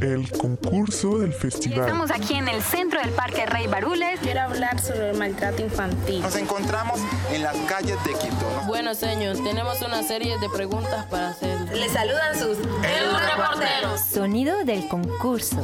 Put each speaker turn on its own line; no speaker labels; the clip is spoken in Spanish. El concurso del festival.
Estamos aquí en el centro del Parque Rey Barules.
Quiero hablar sobre el maltrato infantil.
Nos encontramos en las calles de Quito.
Bueno, señor, tenemos una serie de preguntas para hacer.
Les saludan sus
Sonido del concurso.